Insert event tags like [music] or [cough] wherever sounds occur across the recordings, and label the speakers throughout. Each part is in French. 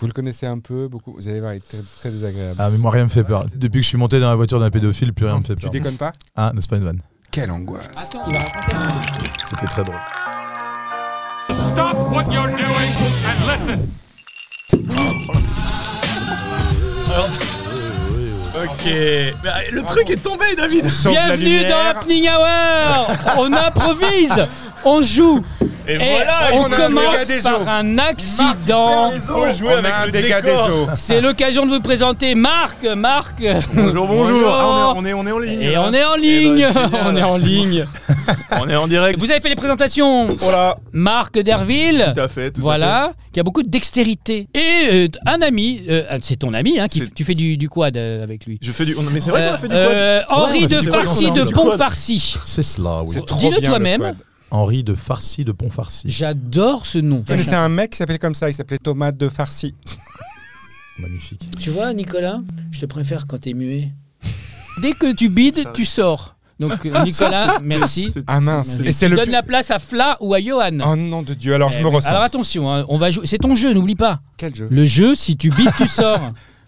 Speaker 1: Vous le connaissez un peu, beaucoup. Vous allez voir, il est très, très désagréable.
Speaker 2: Ah, mais moi, rien me fait peur. Depuis que je suis monté dans la voiture d'un pédophile, plus rien me fait
Speaker 1: tu
Speaker 2: peur.
Speaker 1: déconnes pas
Speaker 2: Ah, n'est-ce pas une vanne
Speaker 1: Quelle angoisse
Speaker 3: Attends, il va raconter.
Speaker 2: C'était très drôle.
Speaker 4: Stop what you're doing and listen.
Speaker 5: Ok. Mais,
Speaker 3: Bah,
Speaker 5: ah, le truc est tombé, David.
Speaker 1: Sors de la
Speaker 3: Bienvenue
Speaker 1: lumière.
Speaker 3: dans Opening Hour On improvise, on joue
Speaker 5: Et,
Speaker 3: et
Speaker 5: voilà,
Speaker 3: on,
Speaker 1: on a un dégât
Speaker 3: commence
Speaker 1: des eaux.
Speaker 3: par un accident.
Speaker 5: faut jouer
Speaker 1: On
Speaker 5: avec
Speaker 1: a un
Speaker 5: le
Speaker 1: dégât des
Speaker 5: décor.
Speaker 1: eaux.
Speaker 3: C'est l'occasion de vous présenter Marc, Marc
Speaker 5: Bonjour, bonjour.
Speaker 3: Bonjour.
Speaker 5: Ah, on, est, on, est, on est en ligne.
Speaker 3: Et
Speaker 5: là.
Speaker 3: on est en
Speaker 5: Eh ben,
Speaker 3: ligne, [laughs]
Speaker 5: génial.
Speaker 3: on est en
Speaker 5: [laughs]
Speaker 3: ligne.
Speaker 5: On est en direct.
Speaker 3: Vous avez fait les présentations.
Speaker 5: Voilà.
Speaker 3: Marc Derville.
Speaker 5: Tout à fait. tout à
Speaker 3: Voilà, qui a beaucoup de dextérité. Et euh, un ami, euh, c'est ton ami, hein, qui-
Speaker 5: C'est-
Speaker 3: tu fais du, du quad euh, avec lui.
Speaker 5: fait. Je fais du. on- Mais c'est vrai qu'on a fait du
Speaker 3: Euh,
Speaker 5: quad.
Speaker 3: euh, Henri
Speaker 2: Ouais, on a
Speaker 3: de
Speaker 2: fait- c'est vrai
Speaker 3: Farcy
Speaker 5: qu'on a
Speaker 3: de
Speaker 5: fait du
Speaker 3: Pont
Speaker 5: quad.
Speaker 3: Farcy.
Speaker 2: C'est cela, oui.
Speaker 1: C'est trop
Speaker 3: Dis-le
Speaker 1: bien,
Speaker 3: toi-même.
Speaker 1: le quad.
Speaker 2: Henri de Farcy de Pont-Farcy.
Speaker 3: J'adore ce nom.
Speaker 1: Vous connaissez un mec qui s'appelait comme ça, il s'appelait Thomas de Farcy.
Speaker 2: Magnifique.
Speaker 6: Tu vois, Nicolas, je te préfère quand t'es muet.
Speaker 3: Dès que tu bides, tu sors. Donc euh, Nicolas, merci.
Speaker 5: C'est-
Speaker 1: Ah mince Et c'est
Speaker 3: tu
Speaker 1: le
Speaker 3: donnes
Speaker 1: plus-
Speaker 3: la place à Fla ou à Johan.
Speaker 1: Oh nom de Dieu, alors je
Speaker 3: Eh,
Speaker 1: me
Speaker 3: mais- Alors
Speaker 1: ressens.
Speaker 3: attention, hein, on va jouer. C'est ton jeu, n'oublie pas.
Speaker 1: Quel jeu
Speaker 3: Le jeu, si tu bides, tu sors.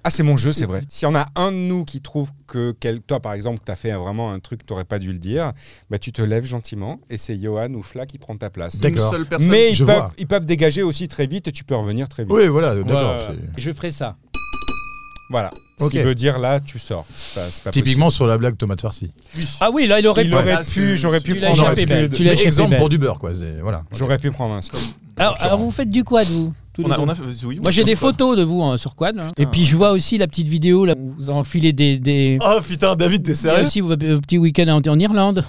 Speaker 1: Ah, c'est mon jeu, c'est vrai. S'il y en a un de nous qui trouve que quel... toi, par exemple, tu as fait vraiment un truc que tu n'aurais pas dû le dire, bah, tu te lèves gentiment et c'est Johan ou Fla qui prend ta place.
Speaker 2: D'accord.
Speaker 5: Une seule personne.
Speaker 1: Mais ils
Speaker 2: Je
Speaker 1: peuvent,
Speaker 2: vois.
Speaker 1: ils peuvent dégager aussi très vite et tu peux revenir très vite.
Speaker 2: Oui, voilà, d'accord.
Speaker 3: Voilà.
Speaker 2: c'est-
Speaker 3: Je ferai ça.
Speaker 1: Voilà. Ce
Speaker 2: Ok.
Speaker 1: qui veut dire là, tu sors. C'est pas, c'est pas
Speaker 2: Typiquement sur la blague tomate farcie.
Speaker 3: Ah oui, là, il aurait
Speaker 1: possible. Il
Speaker 3: pas-
Speaker 1: aurait
Speaker 5: Ah,
Speaker 1: pu,
Speaker 5: c'est-
Speaker 1: j'aurais
Speaker 3: tu
Speaker 1: pu
Speaker 3: l'as
Speaker 1: prendre un
Speaker 3: échappé, Ben.
Speaker 1: speed.
Speaker 3: Tu l'as échappé,
Speaker 2: Exemple
Speaker 3: belle.
Speaker 2: pour du beurre, quoi. c'est- Voilà.
Speaker 1: J'aurais pu prendre un speed.
Speaker 3: Alors, alors, vous faites du quad, vous tous les
Speaker 5: On a,
Speaker 3: deux
Speaker 5: on a fait- oui, on
Speaker 3: Moi,
Speaker 5: a
Speaker 3: j'ai
Speaker 5: fait
Speaker 3: des
Speaker 5: du quad.
Speaker 3: photos de vous hein, sur quad. là. Et puis, je vois aussi la petite vidéo là, où vous enfilez des. des...
Speaker 5: Oh putain, David, t'es
Speaker 3: Il y a
Speaker 5: sérieux
Speaker 3: aussi vos petits week-ends en, en Irlande.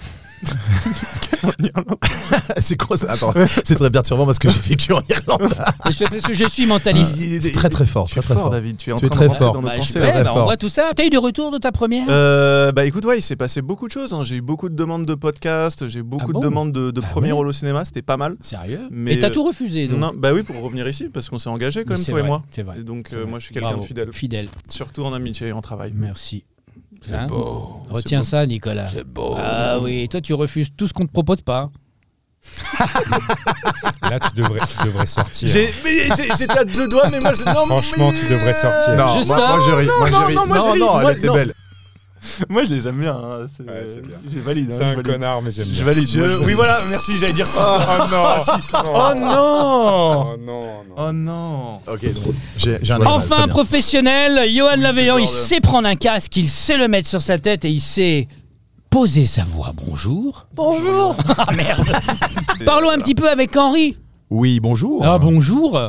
Speaker 2: [laughs] c'est quoi ça Attends, c'est très perturbant parce que j'ai vécu en Irlande.
Speaker 3: Et je fais- Parce que je suis
Speaker 5: Ah,
Speaker 3: mentaliste.
Speaker 2: Ah, C'est très très fort.
Speaker 5: Tu es
Speaker 2: Très, très
Speaker 5: fort,
Speaker 2: fort.
Speaker 5: David. Tu es en
Speaker 2: Tu es très
Speaker 5: train de rentrer
Speaker 2: fort.
Speaker 5: dans nos
Speaker 3: Bah,
Speaker 5: pensées.
Speaker 3: je-
Speaker 2: vrai,
Speaker 3: ouais, bah,
Speaker 2: fort.
Speaker 3: on voit tout ça. T'as eu de retour de ta première
Speaker 5: Euh, bah écoute, ouais, il s'est passé beaucoup de choses. hein. J'ai eu beaucoup de demandes de podcasts, j'ai eu beaucoup
Speaker 3: Ah bon
Speaker 5: de demandes de, de
Speaker 3: Ah
Speaker 5: premiers
Speaker 3: ouais
Speaker 5: rôles au cinéma, c'était pas mal.
Speaker 3: Sérieux
Speaker 5: mais-
Speaker 3: Et t'as tout refusé donc.
Speaker 5: Non, bah oui, pour revenir ici, parce qu'on s'est engagé quand
Speaker 3: Mais
Speaker 5: même,
Speaker 3: c'est
Speaker 5: toi et
Speaker 3: vrai,
Speaker 5: moi.
Speaker 3: C'est vrai.
Speaker 5: Et donc,
Speaker 3: C'est
Speaker 5: euh,
Speaker 3: vrai.
Speaker 5: moi, je suis quelqu'un de
Speaker 3: Bravo.
Speaker 5: fidèle,
Speaker 3: Fidèle.
Speaker 5: surtout en amitié et en travail.
Speaker 3: Merci. Hein
Speaker 5: beau.
Speaker 3: Retiens
Speaker 5: C'est
Speaker 3: ça, Nicolas. C'est beau. Ah oui, toi, tu refuses tout ce qu'on te propose pas.
Speaker 1: Là, tu devrais, tu devrais sortir.
Speaker 5: J'ai- mais j'ai- J'étais à deux doigts, mais moi, je. Non,
Speaker 1: Franchement,
Speaker 5: mais-
Speaker 1: tu devrais sortir.
Speaker 2: Non,
Speaker 3: Je
Speaker 2: moi,
Speaker 3: sors.
Speaker 2: moi j'ai ri. moi,
Speaker 5: non,
Speaker 2: j'ai ri.
Speaker 5: non, moi, j'ai ri.
Speaker 2: non,
Speaker 5: Moi,
Speaker 2: elle était
Speaker 5: non.
Speaker 2: belle.
Speaker 5: Moi, je les aime bien. hein. C'est-
Speaker 1: Ouais, c'est bien.
Speaker 5: Je valide. hein,
Speaker 1: C'est
Speaker 5: je
Speaker 1: un
Speaker 5: valide.
Speaker 1: connard, mais j'aime
Speaker 5: Je
Speaker 1: bien.
Speaker 5: valide. Ah, je- Oui, voilà, merci, j'allais dire que
Speaker 1: Oh, [laughs] non
Speaker 5: Oh non
Speaker 1: Oh non, non.
Speaker 5: Oh non
Speaker 2: Ok, donc j'ai j'ai un animal, très
Speaker 3: Enfin
Speaker 2: bien.
Speaker 3: professionnel, Johan
Speaker 5: Oui,
Speaker 3: Laveillant,
Speaker 5: c'est
Speaker 3: il
Speaker 5: genre de-
Speaker 3: sait prendre un casque, il sait le mettre sur sa tête et il sait poser sa voix. Bonjour. Bonjour. [laughs] Ah
Speaker 5: [laughs]
Speaker 3: merde. Parlons un petit peu avec Henri.
Speaker 2: Oui, bonjour.
Speaker 3: Ah bonjour.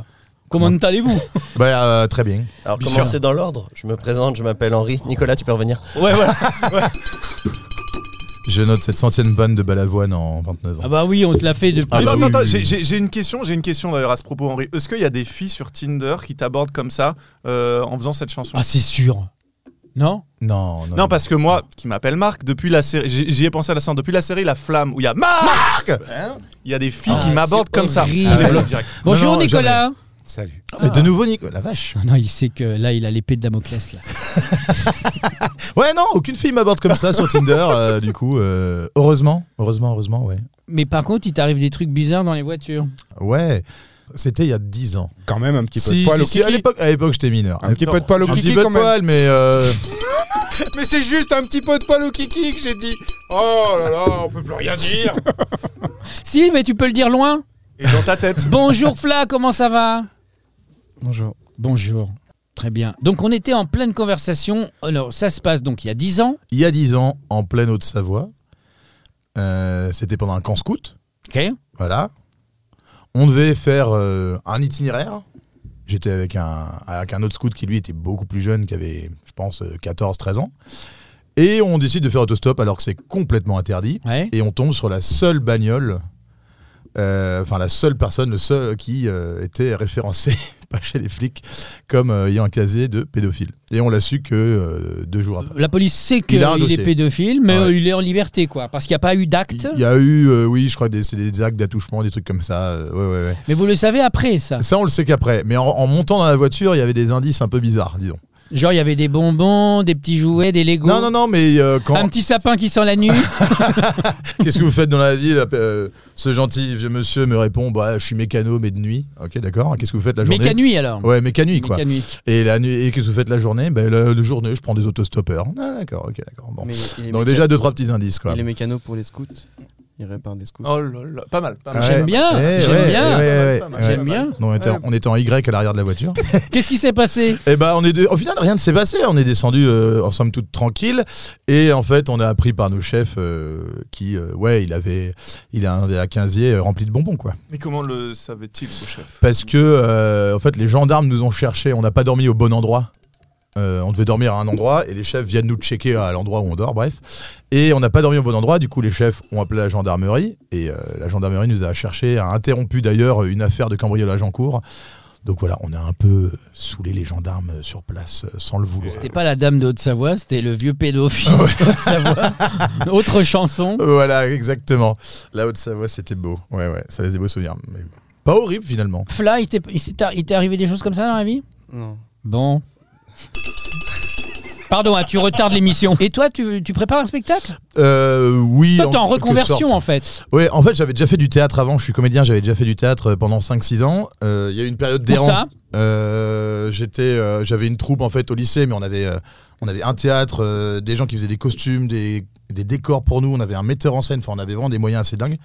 Speaker 3: Comment allez-vous
Speaker 2: Bah, euh, très bien.
Speaker 7: Alors comment c'est dans l'ordre Je me présente, je m'appelle Henri. Nicolas, tu peux revenir.
Speaker 5: Ouais, voilà.
Speaker 2: Je note cette centième vanne de Balavoine en 29 ans.
Speaker 3: Ah bah oui, on te l'a fait depuis.
Speaker 5: Attends,
Speaker 2: bah
Speaker 5: attends,
Speaker 2: oui,
Speaker 5: attends,
Speaker 2: oui,
Speaker 5: j'ai-
Speaker 2: oui.
Speaker 5: j'ai j'ai une question, j'ai une question d'ailleurs à ce propos, Henri. Est-ce qu'il y a des filles sur Tinder qui t'abordent comme ça euh, en faisant cette chanson
Speaker 3: Ah c'est sûr. Non
Speaker 2: Non, non.
Speaker 5: Non, parce que moi, qui m'appelle Marc, depuis la série, j'y j'y ai pensé à la scène, depuis la série La Flamme, où il y a Marc Hein Il y a des filles
Speaker 3: Ah,
Speaker 5: qui m'abordent
Speaker 3: c'est
Speaker 5: comme ça.
Speaker 3: horrible.
Speaker 5: Je les bloque direct.
Speaker 3: Bonjour
Speaker 2: non,
Speaker 3: Nicolas.
Speaker 1: Salut.
Speaker 5: Ah.
Speaker 2: C'est de nouveau Nico. La vache.
Speaker 3: Non, non, il sait que là il a l'épée de Damoclès là.
Speaker 2: Ouais, non, aucune fille m'aborde comme ça sur Tinder, euh, [laughs] du coup. euh, heureusement, heureusement, heureusement, ouais.
Speaker 3: Mais par contre, il t'arrive des trucs bizarres dans les voitures.
Speaker 2: Ouais, c'était il y a 10 ans.
Speaker 1: Quand même, un petit peu
Speaker 2: Si,
Speaker 1: de poil
Speaker 2: si,
Speaker 1: au
Speaker 2: si, à
Speaker 1: kiki.
Speaker 2: l'époque, à l'époque, j'étais mineur.
Speaker 1: Un petit peu de poil au
Speaker 2: Un
Speaker 1: kiki,
Speaker 2: petit peu
Speaker 1: quand
Speaker 2: de
Speaker 1: même.
Speaker 2: poil, mais euh,
Speaker 1: Mais c'est juste un petit peu de poil au kiki que j'ai dit. Oh là là, on peut plus rien dire. [laughs]
Speaker 3: Si, mais tu peux le dire loin.
Speaker 5: Et dans ta tête.
Speaker 3: Bonjour Fla, comment ça va
Speaker 7: Bonjour.
Speaker 3: Bonjour. Très bien. Donc on était en pleine conversation. Alors ça se passe donc il y a 10 ans.
Speaker 2: il y a 10 ans, en pleine Haute-Savoie, euh, c'était pendant un camp scout.
Speaker 3: Ok.
Speaker 2: Voilà. On devait faire euh, un itinéraire. J'étais avec un, avec un autre scout qui, lui, était beaucoup plus jeune, qui avait, je pense, 14-13 ans. Et on décide de faire autostop alors que c'est complètement interdit.
Speaker 3: Ouais.
Speaker 2: et on tombe sur la seule bagnole, euh, enfin la seule personne, le seul qui euh, était référencé, [laughs] pas chez les flics, comme euh, ayant un casier de pédophile. Et on l'a su que euh, deux jours après.
Speaker 3: La police sait
Speaker 2: Il a un
Speaker 3: qu'il est
Speaker 2: dossier.
Speaker 3: pédophile, mais
Speaker 2: Ouais.
Speaker 3: euh, il est en liberté, quoi. Parce qu'il n'y a pas eu d'acte.
Speaker 2: Il y a eu, euh, oui, je crois, des, c'est des actes d'attouchement, des trucs comme ça. euh, ouais, ouais, ouais.
Speaker 3: Mais vous le savez après, ça.
Speaker 2: Ça, on le sait qu'après. Mais en, en montant dans la voiture, il y avait des indices un peu bizarres, disons.
Speaker 3: Genre, il y avait des bonbons, des petits jouets, des Legos.
Speaker 2: Non, non, non, mais euh, quand.
Speaker 3: Un petit sapin qui sent
Speaker 2: [laughs]
Speaker 3: la nuit.
Speaker 2: Qu'est-ce que vous faites dans la vie là, euh, Ce gentil vieux monsieur me répond bah, Je suis mécano, mais de nuit. Ok, d'accord. Qu'est-ce que vous faites la journée
Speaker 3: Mécanui alors.
Speaker 2: Ouais, mécanuit, quoi.
Speaker 3: Mécanui.
Speaker 2: Et la nuit, et qu'est-ce que vous faites la journée Ben la, la journée, je prends des autostoppeurs. Ah, d'accord, ok, d'accord. Bon.
Speaker 7: Mais il est
Speaker 2: Donc
Speaker 7: méca-
Speaker 2: déjà deux trois petits indices quoi.
Speaker 7: Il est mécano pour les scouts. Il répare des scouts.
Speaker 5: [laughs] Oh là là, pas mal, pas mal.
Speaker 2: Ouais.
Speaker 3: J'aime bien,
Speaker 2: Ouais,
Speaker 3: j'aime
Speaker 2: ouais,
Speaker 3: bien,
Speaker 2: ouais, ouais,
Speaker 5: Pas mal,
Speaker 2: ouais.
Speaker 5: pas
Speaker 3: J'aime
Speaker 5: mal.
Speaker 3: bien.
Speaker 2: On était, on était en Y à l'arrière de la voiture.
Speaker 3: Qu'est-ce qui s'est passé
Speaker 2: et ben on est de- au final rien ne s'est passé. On est descendu euh, en somme toute tranquille. Et en fait on a appris par nos chefs euh, qui euh, ouais il avait il a un verre à 15 rempli de bonbons quoi.
Speaker 5: Mais comment le savait-il, ce chef
Speaker 2: Parce que euh, en fait les gendarmes nous ont cherchés. On n'a pas dormi au bon endroit. Euh, on devait dormir à un endroit et les chefs viennent nous checker à l'endroit où on dort, bref. Et on n'a pas dormi au bon endroit, du coup les chefs ont appelé la gendarmerie et euh, la gendarmerie nous a cherché, a interrompu d'ailleurs une affaire de cambriolage en cours. Donc voilà, on a un peu saoulé les gendarmes euh, sur place euh, sans le vouloir.
Speaker 3: C'était pas la dame de Haute-Savoie, c'était le
Speaker 2: [laughs]
Speaker 3: vieux pédophile de Haute-Savoie. Autre chanson.
Speaker 2: Voilà, exactement. La Haute-Savoie, c'était beau. Ouais, ouais, ça laisse des beaux souvenirs. Mais pas horrible finalement.
Speaker 3: Fla, il t'est- il s'est ar- il t'est arrivé des choses comme ça dans la vie
Speaker 7: Non.
Speaker 3: Bon. Pardon, hein, tu retardes l'émission. Et toi, tu, tu prépares un spectacle
Speaker 2: Euh, oui.
Speaker 3: Toi, t'es en
Speaker 2: quelque
Speaker 3: reconversion
Speaker 2: sorte.
Speaker 3: en fait.
Speaker 2: Ouais, en fait, j'avais déjà fait du théâtre avant. Je suis comédien, j'avais déjà fait du théâtre pendant 5-6 ans. Euh, Il y a eu une période
Speaker 3: Pour
Speaker 2: d'errance.
Speaker 3: ça
Speaker 2: Euh, j'étais, euh, j'avais une troupe en fait au lycée, mais on avait, euh, on avait un théâtre, euh, des gens qui faisaient des costumes, des, des décors pour nous. On avait un metteur en scène. Enfin, on avait vraiment des moyens assez dingues.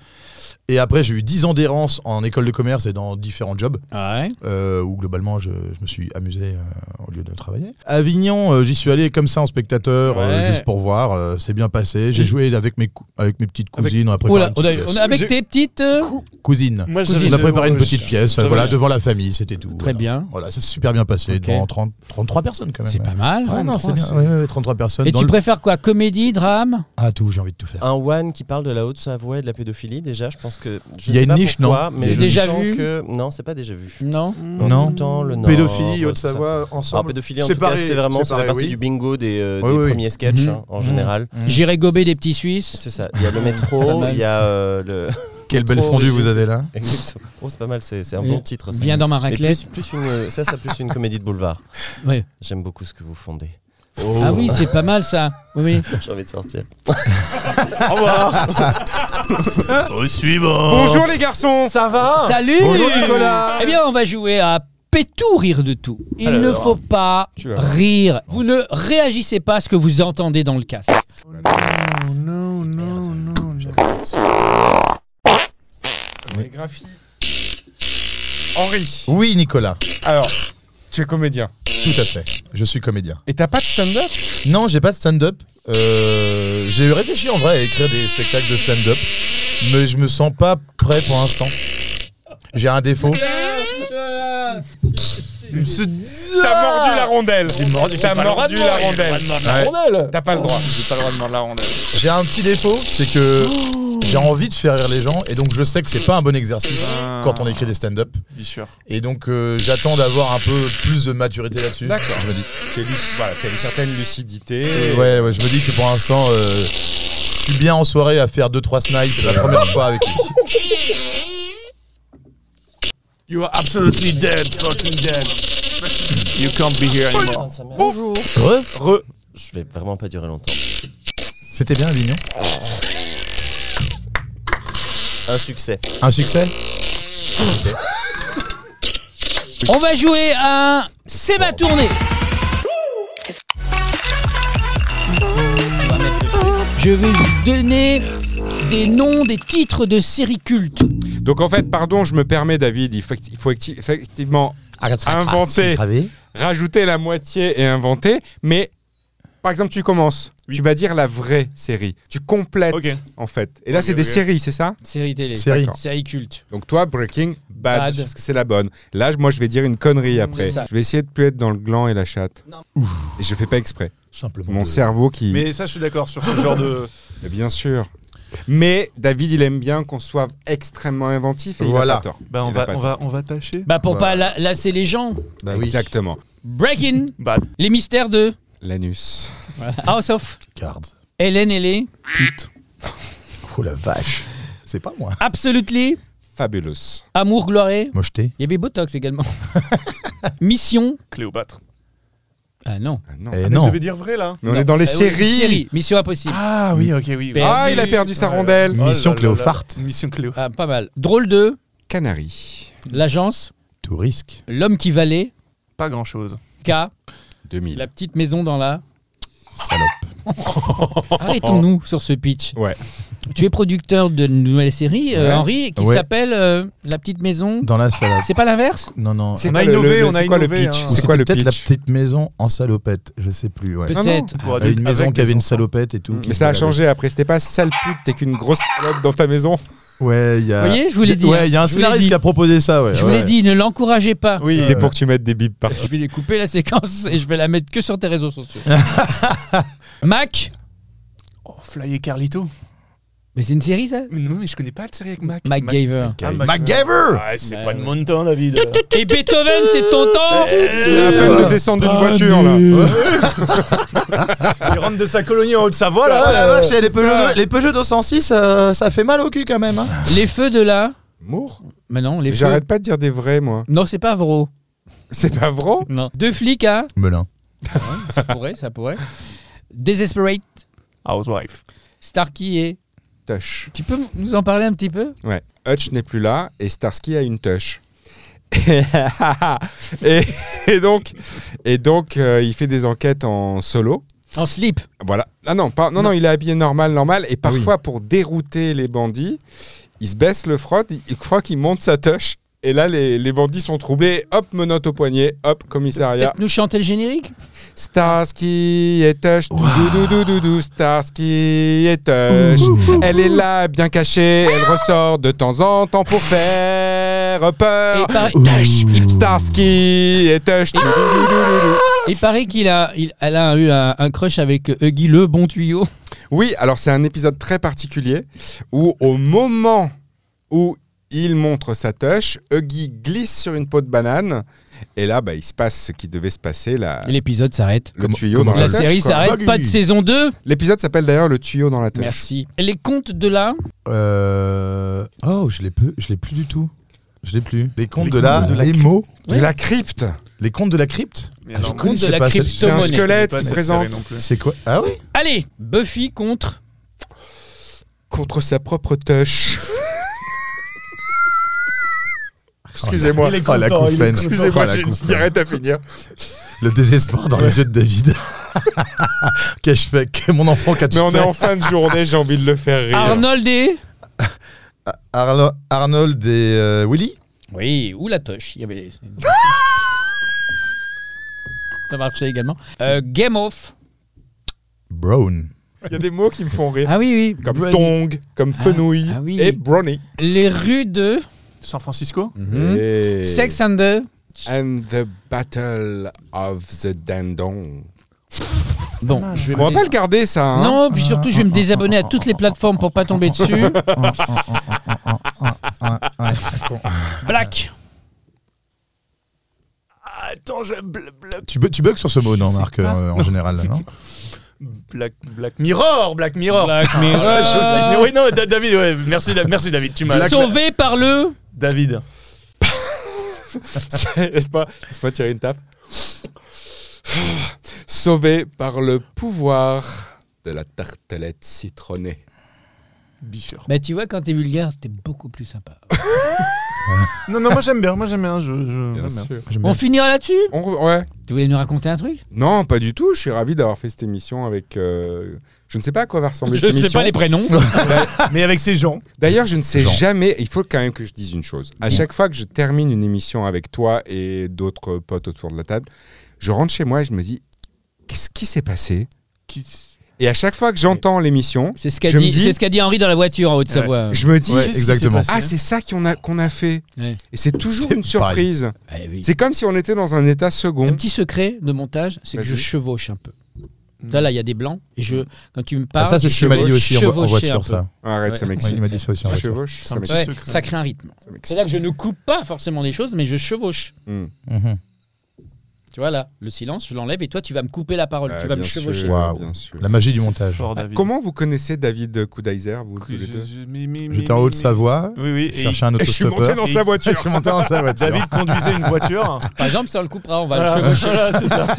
Speaker 2: Et après, j'ai eu 10 ans d'errance en école de commerce et dans différents jobs
Speaker 3: Ouais.
Speaker 2: euh, où globalement je, je me suis amusé euh, au lieu de travailler. Avignon, euh, j'y suis allé comme ça en spectateur, euh,
Speaker 3: Ouais.
Speaker 2: juste pour voir. euh, c'est bien passé. J'ai joué avec mes, cou- avec mes petites cousines. On a préparé
Speaker 3: Oula,
Speaker 2: une
Speaker 3: on a-
Speaker 2: petite
Speaker 3: on
Speaker 2: pièce.
Speaker 3: a- avec
Speaker 5: J'ai-
Speaker 3: tes petites. euh,
Speaker 2: Cousines.
Speaker 5: Moi,
Speaker 3: Cousine.
Speaker 2: On a préparé une petite
Speaker 5: je-
Speaker 2: pièce,
Speaker 5: ça va.
Speaker 2: voilà, devant la famille, c'était tout.
Speaker 3: Très
Speaker 2: Voilà.
Speaker 3: bien.
Speaker 2: Voilà, ça s'est super bien passé,
Speaker 3: Ok.
Speaker 2: devant 30 33 personnes quand même.
Speaker 3: C'est pas mal.
Speaker 2: Ouais, non, c'est
Speaker 7: 33,
Speaker 2: bien,
Speaker 7: c'est-
Speaker 2: ouais, ouais, ouais, 33 personnes.
Speaker 3: Et
Speaker 2: dans
Speaker 3: tu
Speaker 2: le-
Speaker 3: préfères quoi Comédie, drame
Speaker 2: Ah, tout, j'ai envie de tout faire.
Speaker 7: Un one qui parle de la Haute-Savoie et de la pédophilie, déjà, je pense que. Je
Speaker 2: Il y a
Speaker 7: sais
Speaker 2: une
Speaker 7: pas
Speaker 2: niche,
Speaker 7: pourquoi,
Speaker 2: non
Speaker 7: mais
Speaker 2: Il y a
Speaker 7: je
Speaker 2: une
Speaker 3: déjà
Speaker 7: sens
Speaker 3: vu
Speaker 7: que- Non, c'est pas déjà vu.
Speaker 3: Non.
Speaker 7: Dans
Speaker 2: Non.
Speaker 7: tout le temps, le Nord,
Speaker 3: bah,
Speaker 2: Pédophilie,
Speaker 7: tout ça.
Speaker 2: Haute-Savoie,
Speaker 7: Ah,
Speaker 2: ensemble.
Speaker 7: pédophilie, en tout
Speaker 2: Séparé,
Speaker 7: cas, c'est vraiment, ça fait
Speaker 2: séparé,
Speaker 7: partie
Speaker 2: oui.
Speaker 7: du bingo des, euh,
Speaker 2: Oui,
Speaker 7: des
Speaker 2: oui.
Speaker 7: premiers sketchs,
Speaker 3: Mhm.
Speaker 7: hein, en
Speaker 2: Mhm.
Speaker 7: général.
Speaker 3: J'irai gober des petits Suisses.
Speaker 7: C'est ça. Il y a le métro,
Speaker 3: Pas mal.
Speaker 7: il y a euh,
Speaker 2: [laughs]
Speaker 7: le.
Speaker 2: Quelle belle
Speaker 7: Trop
Speaker 2: fondue vous
Speaker 7: original.
Speaker 2: avez là.
Speaker 7: Exactement. Oh, c'est pas mal, c'est c'est un
Speaker 3: Et
Speaker 7: bon titre. Ça.
Speaker 3: Viens dans ma
Speaker 7: Mais
Speaker 3: raclette.
Speaker 7: plus, plus une, euh, ça, c'est plus une comédie de boulevard.
Speaker 3: Ouais.
Speaker 7: J'aime beaucoup ce que vous fondez.
Speaker 3: Ah oui, c'est pas mal ça. Oui, oui.
Speaker 7: J'ai envie de sortir.
Speaker 1: Bonjour les garçons
Speaker 7: Ça va
Speaker 3: Salut
Speaker 2: Bonjour, Nicolas.
Speaker 3: Eh bien, on va jouer à Pétou rire de tout. Il ne faut pas
Speaker 1: Tu vas voir.
Speaker 3: rire. Vous ne réagissez pas à ce que vous entendez dans le casque.
Speaker 5: Oh
Speaker 1: Les graphies. Henri,
Speaker 2: Oui, Nicolas,
Speaker 1: alors, tu es comédien.
Speaker 2: tout à fait. Je suis comédien.
Speaker 1: Et t'as pas de stand-up
Speaker 2: Non, j'ai pas de stand-up. Euh, j'ai réfléchi en vrai à écrire des spectacles de stand-up, mais je me sens pas prêt pour l'instant. J'ai un défaut.
Speaker 1: T'as mordu la rondelle T'as
Speaker 5: pas le droit
Speaker 1: mordu
Speaker 5: de
Speaker 1: la
Speaker 5: mordre,
Speaker 1: rondelle
Speaker 2: Ouais.
Speaker 1: T'as pas le droit.
Speaker 5: J'ai pas le droit de mordre la rondelle.
Speaker 2: J'ai un petit défaut, c'est que j'ai envie de faire rire les gens, et donc je sais que c'est pas un bon exercice
Speaker 5: Ah.
Speaker 2: quand on écrit des stand-up.
Speaker 5: Bien sûr.
Speaker 2: Et donc euh, j'attends d'avoir un peu plus de maturité là-dessus.
Speaker 1: D'accord.
Speaker 2: Je me dis.
Speaker 1: T'es lu- voilà, T'as une certaine lucidité.
Speaker 2: Et ouais, ouais, je me dis que pour l'instant, euh, je suis bien en soirée à faire 2-3 snipes
Speaker 1: [laughs]
Speaker 2: la première fois avec lui.
Speaker 5: You are absolutely dead, fucking dead. Oh, You can't be here anymore.
Speaker 7: Bonjour
Speaker 2: Re, re.
Speaker 7: Je vais vraiment pas durer longtemps.
Speaker 2: C'était bien, Avignon.
Speaker 7: Un succès.
Speaker 2: Un succès
Speaker 3: On va jouer à un C'est ma tournée. Je vais vous donner des noms, des titres de séries cultes.
Speaker 1: Donc en fait, pardon, je me permets, David, il faut, il faut acti- effectivement inventer, rajouter la moitié et inventer, mais par exemple, tu commences, tu vas dire la vraie série, tu complètes
Speaker 5: Ok.
Speaker 1: en fait. Et là,
Speaker 5: Ok,
Speaker 1: c'est des
Speaker 5: ok.
Speaker 1: séries, c'est ça
Speaker 3: Série télé.
Speaker 2: Série.
Speaker 1: D'accord.
Speaker 3: Série culte.
Speaker 1: Donc toi, Breaking Bad,
Speaker 3: Bad. Mm,
Speaker 1: parce que c'est la bonne. Là, moi, je vais dire une connerie après.
Speaker 3: C'est ça.
Speaker 1: Je vais essayer de plus être dans le gland et la chatte. Et je fais pas exprès.
Speaker 2: Simplement.
Speaker 1: Mon cerveau qui...
Speaker 5: Mais ça, je suis d'accord sur ce genre [laughs] de.
Speaker 1: Mais Bien sûr. Mais David, il aime bien qu'on soit extrêmement inventif et il
Speaker 2: Voilà.
Speaker 1: a pas tort.
Speaker 5: Bah, on
Speaker 1: Il a
Speaker 5: va,
Speaker 1: pas
Speaker 5: on
Speaker 1: tort.
Speaker 5: va, on va tâcher.
Speaker 3: Bah pour
Speaker 2: Bah.
Speaker 3: pas la- lasser les gens.
Speaker 1: Bah Exactement.
Speaker 3: Breaking.
Speaker 5: Bah,
Speaker 3: Les mystères de
Speaker 1: L'anus.
Speaker 3: House of Hélène et les
Speaker 2: Oh la vache. C'est pas moi.
Speaker 3: Absolutely.
Speaker 1: Fabulous.
Speaker 3: Amour, gloire. et-
Speaker 2: Mocheté.
Speaker 3: [laughs] Il y avait Botox également. Mission.
Speaker 5: Cléopâtre.
Speaker 3: Ah non.
Speaker 1: Ah, non.
Speaker 2: Eh
Speaker 8: Mais je
Speaker 2: non.
Speaker 8: devais dire vrai là.
Speaker 1: Mais on est dans les
Speaker 3: Ah oui,
Speaker 1: séries.
Speaker 3: série, Mission Impossible.
Speaker 5: Ah oui, ok, oui. oui.
Speaker 3: Ah,
Speaker 1: Ah, il a perdu sa
Speaker 8: Ouais.
Speaker 1: rondelle.
Speaker 8: Oh
Speaker 2: Mission
Speaker 8: là là
Speaker 2: Cléopharte.
Speaker 5: Mission Cléo.
Speaker 3: Ah, pas mal. Drôle 2,
Speaker 1: Canary,
Speaker 3: l'agence,
Speaker 2: Tout risque.
Speaker 3: l'homme qui valait,
Speaker 5: Pas grand chose.
Speaker 3: K,
Speaker 1: 2000.
Speaker 3: la petite maison dans la...
Speaker 2: Salope.
Speaker 3: [laughs] Arrêtons-nous sur ce pitch.
Speaker 1: Ouais.
Speaker 3: Tu es producteur de nouvelle série, euh,
Speaker 1: Ouais.
Speaker 3: Henri, qui
Speaker 2: Ouais.
Speaker 3: s'appelle euh, La petite maison.
Speaker 2: Dans la salope.
Speaker 3: C'est pas l'inverse
Speaker 2: Non, non.
Speaker 1: C'est
Speaker 5: On
Speaker 1: quoi
Speaker 5: a
Speaker 1: le-
Speaker 5: innové,
Speaker 1: le-
Speaker 5: on a
Speaker 1: c'est quoi le
Speaker 5: innové,
Speaker 1: pitch
Speaker 5: hein.
Speaker 2: Ou
Speaker 1: C'est
Speaker 2: c'était
Speaker 1: quoi le
Speaker 2: peut-être la
Speaker 1: pitch
Speaker 2: petite maison en salopette. Je sais plus. Ouais.
Speaker 3: Peut-être.
Speaker 5: Pour
Speaker 2: Euh,
Speaker 5: adultes
Speaker 2: Une maison
Speaker 5: avec
Speaker 2: qui avait
Speaker 5: des
Speaker 2: une
Speaker 5: enfants.
Speaker 2: salopette et tout.
Speaker 1: Mais ça a changé après. C'était pas sale pute, t'es qu'une grosse salope dans ta maison.
Speaker 2: Ouais, il y a.
Speaker 3: Vous voyez, je vous l'ai dit, hein.
Speaker 2: Bah, Ouais, il y a un
Speaker 3: Je vous l'ai
Speaker 2: scénariste
Speaker 3: dit.
Speaker 2: qui a proposé ça. Ouais,
Speaker 3: Je vous l'ai
Speaker 2: ouais.
Speaker 3: dit, ne l'encouragez pas.
Speaker 5: Oui.
Speaker 1: T'es pour que tu mettes des bips partout.
Speaker 3: Je vais les couper la séquence et je vais la mettre que sur tes réseaux sociaux.
Speaker 5: [laughs]
Speaker 3: Mac
Speaker 5: Oh, Fly et Carlito.
Speaker 3: Mais c'est une série ça
Speaker 5: Mais non, mais je connais pas de série avec Mac.
Speaker 3: Mac Gaver.
Speaker 5: Ah, Mac-
Speaker 2: MacGyver
Speaker 8: Ah, c'est
Speaker 3: Bah,
Speaker 8: pas de
Speaker 3: ouais.
Speaker 8: mon temps,
Speaker 5: [laughs]
Speaker 8: David.
Speaker 3: Et Beethoven, c'est ton temps
Speaker 1: Euh, C'est la peine de descendre d'une voiture là.
Speaker 8: Il rentre de sa colonie en Haute-Savoie
Speaker 2: Voilà,
Speaker 8: là.
Speaker 2: la
Speaker 1: Euh,
Speaker 2: vache, les Peugeot, les Peugeot 206, euh, ça fait mal au cul quand même. hein.
Speaker 3: Les feux de la...
Speaker 1: Mour
Speaker 3: Mais non, les feux...
Speaker 1: J'arrête pas de dire des vrais moi.
Speaker 3: Non, c'est pas vrai.
Speaker 1: C'est pas vrai
Speaker 3: Non. Deux flics à...
Speaker 2: Melun.
Speaker 3: ça pourrait, ça pourrait. Desperate,
Speaker 5: Housewife.
Speaker 3: Starkey et...
Speaker 1: Touch.
Speaker 3: Tu peux nous en parler un petit peu
Speaker 1: Ouais. Hutch n'est plus là et Starsky a une touche. [laughs] et, et donc, et donc euh, il fait des enquêtes en solo.
Speaker 3: En slip.
Speaker 1: Voilà. Ah non, pas, non, Ah non, il est habillé normal, normal. Et parfois, pour dérouter les bandits, il se baisse le froc, il, il croit qu'il monte sa touche. Et là, les, les bandits sont troublés. Hop, menotte au poignet. Hop, commissariat.
Speaker 3: Peut-être nous chanter le générique
Speaker 1: Starsky et Tush, doudoudoudou, Starsky et Tush. Elle est là, bien cachée, elle
Speaker 3: Ah.
Speaker 1: ressort de temps en temps pour faire peur.
Speaker 3: Et Ah. pareil,
Speaker 1: Starsky et Tush, doudoudoudou.
Speaker 3: il paraît qu'il a, il- elle a eu un, un crush avec Huggy le bon tuyau.
Speaker 1: Oui, alors c'est un épisode très particulier où au moment où il montre sa touche, Huggy glisse sur une peau de banane et là, bah, il se passe ce qui devait se passer, la,
Speaker 3: Et L'épisode s'arrête.
Speaker 1: le tuyau dans
Speaker 3: La
Speaker 1: la, touche,
Speaker 3: série
Speaker 1: quoi.
Speaker 3: s'arrête,
Speaker 2: Buggy.
Speaker 3: pas de saison 2.
Speaker 1: L'épisode s'appelle d'ailleurs le tuyau dans la touche.
Speaker 3: Merci. Et les contes de la
Speaker 2: Euh... Oh, je l'ai plus, je l'ai plus du tout. Je l'ai plus. Les contes de
Speaker 5: contes
Speaker 2: la,
Speaker 5: de la
Speaker 2: les mots,
Speaker 1: De la crypte.
Speaker 2: les contes de la crypte.
Speaker 5: Mais
Speaker 2: Ah, je
Speaker 5: non,
Speaker 2: connais,
Speaker 3: contes
Speaker 2: je
Speaker 3: de
Speaker 2: sais
Speaker 3: la
Speaker 2: pas, c'est-
Speaker 1: C'est un
Speaker 3: crypto-monnaie.
Speaker 1: squelette
Speaker 5: pas
Speaker 1: qui
Speaker 5: cette
Speaker 1: présente
Speaker 5: série non plus.
Speaker 2: C'est quoi Ah oui.
Speaker 3: Allez, Buffy contre.
Speaker 1: contre sa propre touche. Excusez-moi.
Speaker 8: Il est
Speaker 2: Ah, la
Speaker 8: content, il est
Speaker 2: couffaine.
Speaker 8: content.
Speaker 2: Ah,
Speaker 1: Excusez-moi,
Speaker 2: la
Speaker 1: j'ai une
Speaker 2: couffaine.
Speaker 1: cigarette à finir.
Speaker 2: Le désespoir dans les yeux de David. [laughs] Qu'ai-je fait Que- Mon enfant, qu'as-tu
Speaker 1: Mais on
Speaker 2: fait
Speaker 1: est en fin de journée, j'ai envie de le faire rire.
Speaker 3: Arnold et.
Speaker 2: Arlo- Arnold et euh, Willy
Speaker 3: Oui, ou la toche. Il y avait les- Ça marchait également. Euh, Game Off.
Speaker 2: Brown.
Speaker 1: Il y a des mots qui me font rire.
Speaker 3: Ah oui, oui.
Speaker 1: Comme
Speaker 3: Brady.
Speaker 1: tong, comme fenouil
Speaker 3: ah oui.
Speaker 1: et brownie.
Speaker 3: Les rues de.
Speaker 5: San Francisco
Speaker 1: Et-
Speaker 3: Mhm. Sex and the.
Speaker 1: and the battle of the dandon.
Speaker 3: Bon, je vais
Speaker 1: On va pas le garder ça. hein.
Speaker 3: Non, puis surtout, je vais me désabonner à toutes les plateformes pour pas
Speaker 2: [laughs]
Speaker 3: tomber dessus. Black.
Speaker 5: Attends, je. bla- bla-
Speaker 2: Tu, bu- tu bugs sur ce mot, non, Marc, euh, en
Speaker 1: [laughs]
Speaker 2: général, là, non
Speaker 5: Black, Black Mirror Black Mirror
Speaker 3: Black
Speaker 5: Ah,
Speaker 3: Mirror.
Speaker 5: oui, non, Da- David, ouais, merci, Da- merci David, tu m'as.
Speaker 3: Sauvé par le.
Speaker 5: David.
Speaker 1: [laughs] Laisse pas, laisse pas tirer une tape. [sighs] Sauvé par le pouvoir de la tartelette citronnée.
Speaker 5: Bicheur.
Speaker 3: Bah, tu vois, quand t'es vulgaire, t'es beaucoup plus sympa.
Speaker 5: Non, non, moi j'aime bien, moi j'aime bien. Je,
Speaker 3: Ah,
Speaker 5: je-
Speaker 1: Bien
Speaker 5: j'aime bien.
Speaker 1: sûr.
Speaker 3: On finira là-dessus
Speaker 1: On re- ouais.
Speaker 3: Tu voulais nous raconter un truc
Speaker 1: Non, pas du tout. Je suis ravi d'avoir fait cette émission avec. euh, je ne sais pas à quoi va ressembler cette émission.
Speaker 2: [laughs]
Speaker 3: prénoms.
Speaker 5: Mais avec ces gens.
Speaker 1: D'ailleurs, je ne sais
Speaker 2: Genre.
Speaker 1: jamais. Il faut quand même que je dise une chose. À chaque fois que je termine une émission avec toi et d'autres potes autour de la table, je rentre chez moi et je me dis qu'est-ce qui s'est passé
Speaker 5: Qui...
Speaker 1: Et à chaque fois que j'entends l'émission,
Speaker 3: C'est ce qu'a
Speaker 1: Je me
Speaker 3: dit,
Speaker 1: dis-
Speaker 3: c'est ce qu'a dit Henri dans la voiture en Haute-Savoie.
Speaker 1: je me dis
Speaker 2: Ouais, exactement.
Speaker 1: ah c'est ça qu'on a qu'on a fait.
Speaker 3: Ouais.
Speaker 1: Et c'est toujours une
Speaker 2: Pareil.
Speaker 1: surprise.
Speaker 3: Eh oui.
Speaker 1: C'est comme si on était dans un état
Speaker 3: Un
Speaker 1: second.
Speaker 3: petit secret de montage, c'est que
Speaker 1: Vas-y.
Speaker 3: je chevauche un peu. Ça, là, il y a des blancs. Et je, quand tu me parles,
Speaker 2: Ah, ça, c'est
Speaker 3: je
Speaker 2: ce qu'il m'a dit
Speaker 3: chevauche-
Speaker 2: aussi en, vo- en
Speaker 3: chevaucher un
Speaker 2: voiture,
Speaker 3: peu.
Speaker 2: ça.
Speaker 1: Arrête,
Speaker 3: Ouais.
Speaker 1: ça
Speaker 2: Ouais,
Speaker 1: m'excite.
Speaker 2: il m'a dit ça aussi en
Speaker 1: Tu
Speaker 2: voiture.
Speaker 1: chevauches, ça
Speaker 3: Ouais,
Speaker 1: m'excite.
Speaker 5: secret.
Speaker 3: ça crée un rythme.
Speaker 1: ça m'excite.
Speaker 3: C'est-à-dire que je ne coupe pas forcément les choses, mais je chevauche.
Speaker 1: Hmm.
Speaker 2: Mhm.
Speaker 3: Tu vois là, le silence, je l'enlève et toi tu vas me couper la parole,
Speaker 2: Euh,
Speaker 1: Ah,
Speaker 3: tu vas me
Speaker 1: bien sûr,
Speaker 3: chevaucher.
Speaker 2: Waouh.
Speaker 1: bien sûr.
Speaker 2: La magie du montage.
Speaker 5: Fort, David.
Speaker 1: Comment vous connaissez David Kudaiser, vous tous
Speaker 5: Que
Speaker 1: les
Speaker 5: je-
Speaker 1: deux
Speaker 5: je- mais- mais-
Speaker 2: J'étais
Speaker 5: mais-
Speaker 2: en
Speaker 5: mais-
Speaker 2: Haute-Savoie,
Speaker 5: Oui, oui. Et
Speaker 2: chercher un
Speaker 1: Et je suis
Speaker 2: autostoppeur.
Speaker 1: monté dans sa [laughs]
Speaker 2: [laughs] Je
Speaker 1: voiture.
Speaker 2: suis monté dans sa voiture.
Speaker 5: David conduisait une voiture.
Speaker 3: Par exemple, ça on le coupera, on va
Speaker 5: Voilà,
Speaker 3: le
Speaker 5: [laughs]
Speaker 3: chevaucher.
Speaker 5: voilà, c'est ça.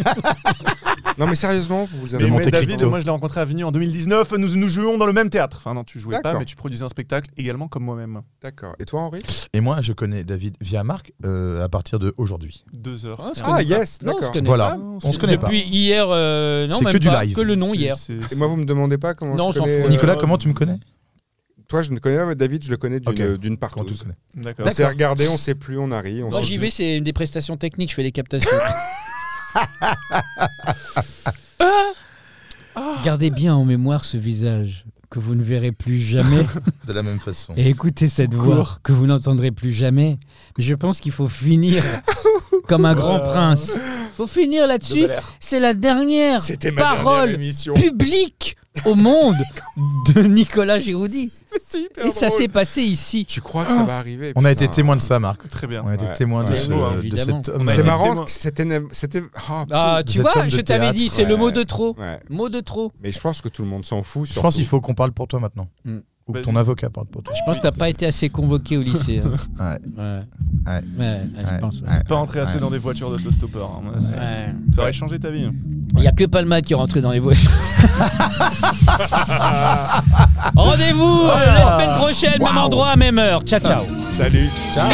Speaker 1: non, mais sérieusement, vous vous
Speaker 5: Mais,
Speaker 1: avez
Speaker 2: Monte
Speaker 5: mais David,
Speaker 2: Cristo.
Speaker 5: moi je l'ai rencontré à Avignon en 2019. Nous, nous jouions dans le même théâtre. Enfin, non, tu jouais pas,
Speaker 1: D'accord.
Speaker 5: mais tu produisais un spectacle également comme moi-même.
Speaker 1: D'accord. Et toi, Henri
Speaker 2: Et moi, je connais David via Marc euh, à partir de aujourd'hui.
Speaker 5: Deux heures.
Speaker 3: Ah, c'est
Speaker 1: Ah, yes,
Speaker 3: Non, on se
Speaker 1: d'accord.
Speaker 3: connaît
Speaker 2: Voilà,
Speaker 3: pas.
Speaker 2: on se connaît pas.
Speaker 3: Depuis hier, euh, non,
Speaker 2: C'est
Speaker 3: même
Speaker 2: que du
Speaker 3: pas,
Speaker 2: live.
Speaker 3: que le nom
Speaker 5: Ah, C'est-
Speaker 3: hier.
Speaker 5: c'est-
Speaker 1: Et
Speaker 5: c'est-
Speaker 1: moi, vous me demandez pas comment
Speaker 3: Non, on
Speaker 1: je
Speaker 3: s'en
Speaker 1: connais.
Speaker 3: fout.
Speaker 1: euh,
Speaker 2: Nicolas, comment tu me connais
Speaker 1: Toi, je ne connais pas, mais David, je le connais d'une
Speaker 2: Ok.
Speaker 1: d'une
Speaker 2: Quand tu
Speaker 1: partout.
Speaker 2: te connais.
Speaker 5: D'accord.
Speaker 1: On s'est regardé, on sait plus, on arrive. On
Speaker 3: Moi
Speaker 1: s'est
Speaker 3: j'y
Speaker 1: dit-
Speaker 3: vais, c'est une des prestations techniques, je fais les captations.
Speaker 2: [laughs]
Speaker 3: Ah. Gardez bien en mémoire ce visage que vous ne verrez
Speaker 2: [laughs]
Speaker 3: plus jamais
Speaker 2: De la même façon.
Speaker 3: et écoutez cette voix que vous n'entendrez plus jamais. Mais je pense qu'il
Speaker 2: [laughs]
Speaker 3: faut finir comme un grand
Speaker 2: Euh.
Speaker 3: prince. Faut finir là-dessus. C'est la dernière
Speaker 1: C'était ma dernière
Speaker 3: parole
Speaker 1: émission.
Speaker 3: publique au monde de Nicolas Giroudi.
Speaker 1: [laughs] C'est hyper
Speaker 3: Et ça
Speaker 1: drôle. Ah.
Speaker 3: s'est passé ici.
Speaker 1: Tu crois que ça va arriver
Speaker 2: On a
Speaker 1: putain.
Speaker 2: été témoin de ça, Marc.
Speaker 5: Très bien.
Speaker 2: On a été
Speaker 1: Ouais.
Speaker 2: témoin de,
Speaker 1: Ouais,
Speaker 2: ce-
Speaker 1: ouais,
Speaker 2: de
Speaker 3: évidemment.
Speaker 2: cet homme.
Speaker 5: On a
Speaker 1: C'est
Speaker 5: été
Speaker 1: marrant,
Speaker 5: témoin.
Speaker 1: que c'était né- c'était. ah,
Speaker 3: Ah, tu
Speaker 2: Cet
Speaker 3: vois,
Speaker 2: homme
Speaker 3: je
Speaker 2: de
Speaker 3: t'avais
Speaker 2: théâtre,
Speaker 3: dit, c'est le
Speaker 1: ouais.
Speaker 3: mot de trop.
Speaker 1: ouais.
Speaker 3: Mot de trop.
Speaker 1: Mais je pense que tout le monde s'en fout.
Speaker 2: Je pense
Speaker 1: surtout.
Speaker 2: qu'il faut qu'on parle pour toi maintenant.
Speaker 3: Mm.
Speaker 2: Ou que
Speaker 5: Vas-y.
Speaker 2: ton avocat parle pour toi.
Speaker 3: Je pense que t'as pas été assez convoqué au lycée. hein.
Speaker 2: Ouais.
Speaker 3: Ouais.
Speaker 2: Ouais.
Speaker 3: Ouais, ouais, je
Speaker 2: Ouais.
Speaker 3: pense. ouais.
Speaker 2: Ouais.
Speaker 5: Pas rentrer assez dans des voitures d'autostoppeur. hein. Moi, c'est-
Speaker 3: Ouais.
Speaker 5: Ça aurait changé ta vie.
Speaker 3: Il n'y a que Palmade qui est rentré dans les voitures. Rendez-vous euh, la semaine prochaine, même endroit, même heure. Ciao, ciao.
Speaker 1: Salut.
Speaker 2: Ciao